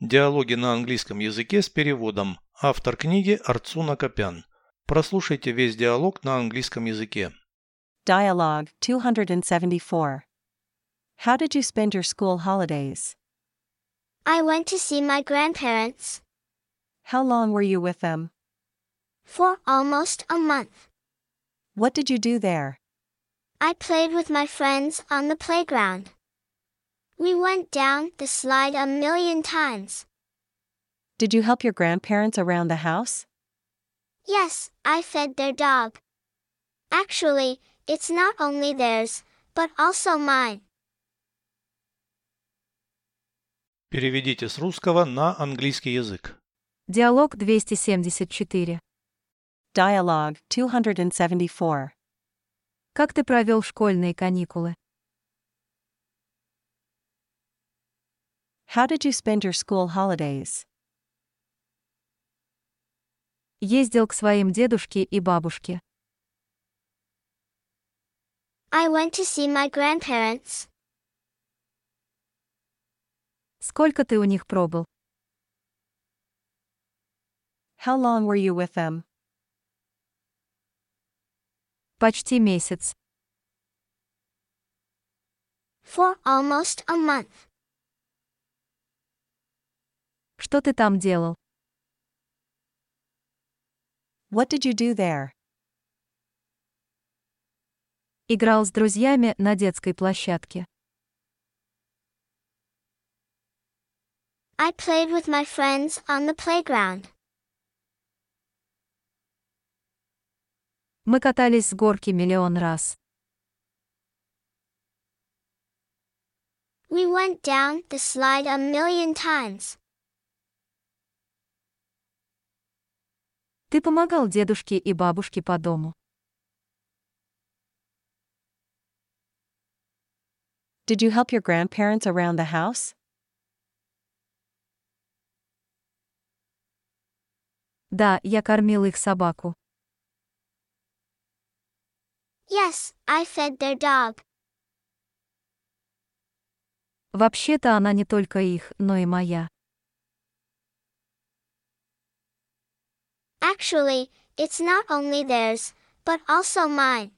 Диалоги на английском языке с переводом. Автор книги Арцуна Копян. Прослушайте весь диалог на английском языке. Dialogue 274. How did you spend your school holidays? I went to see my grandparents How long were you with them? for almost a month. What did you do there? I played with my friends on the playground. We went down the slide a million times. Did you help your grandparents around the house? Yes, I fed their dog. Actually, it's not only theirs, but also mine. Переведите с русского на английский язык. Диалог 274. Dialogue 274. Как ты провел школьные каникулы? How did you spend your school holidays? Ездил к своим дедушке и бабушке. I went to see my grandparents. Сколько ты у них пробыл? How long were you with them? Почти месяц. For almost a month. Что ты там делал? What did you do there? Играл с друзьями на детской площадке. I played with my friends on the playground. Мы катались с горки миллион раз. We went down the slide a million times. Ты помогал дедушке и бабушке по дому. Did you help your grandparents around the house? Да, я кормил их собаку. Yes, I fed their dog. Вообще-то она не только их, но и моя. Actually, it's not only theirs, but also mine.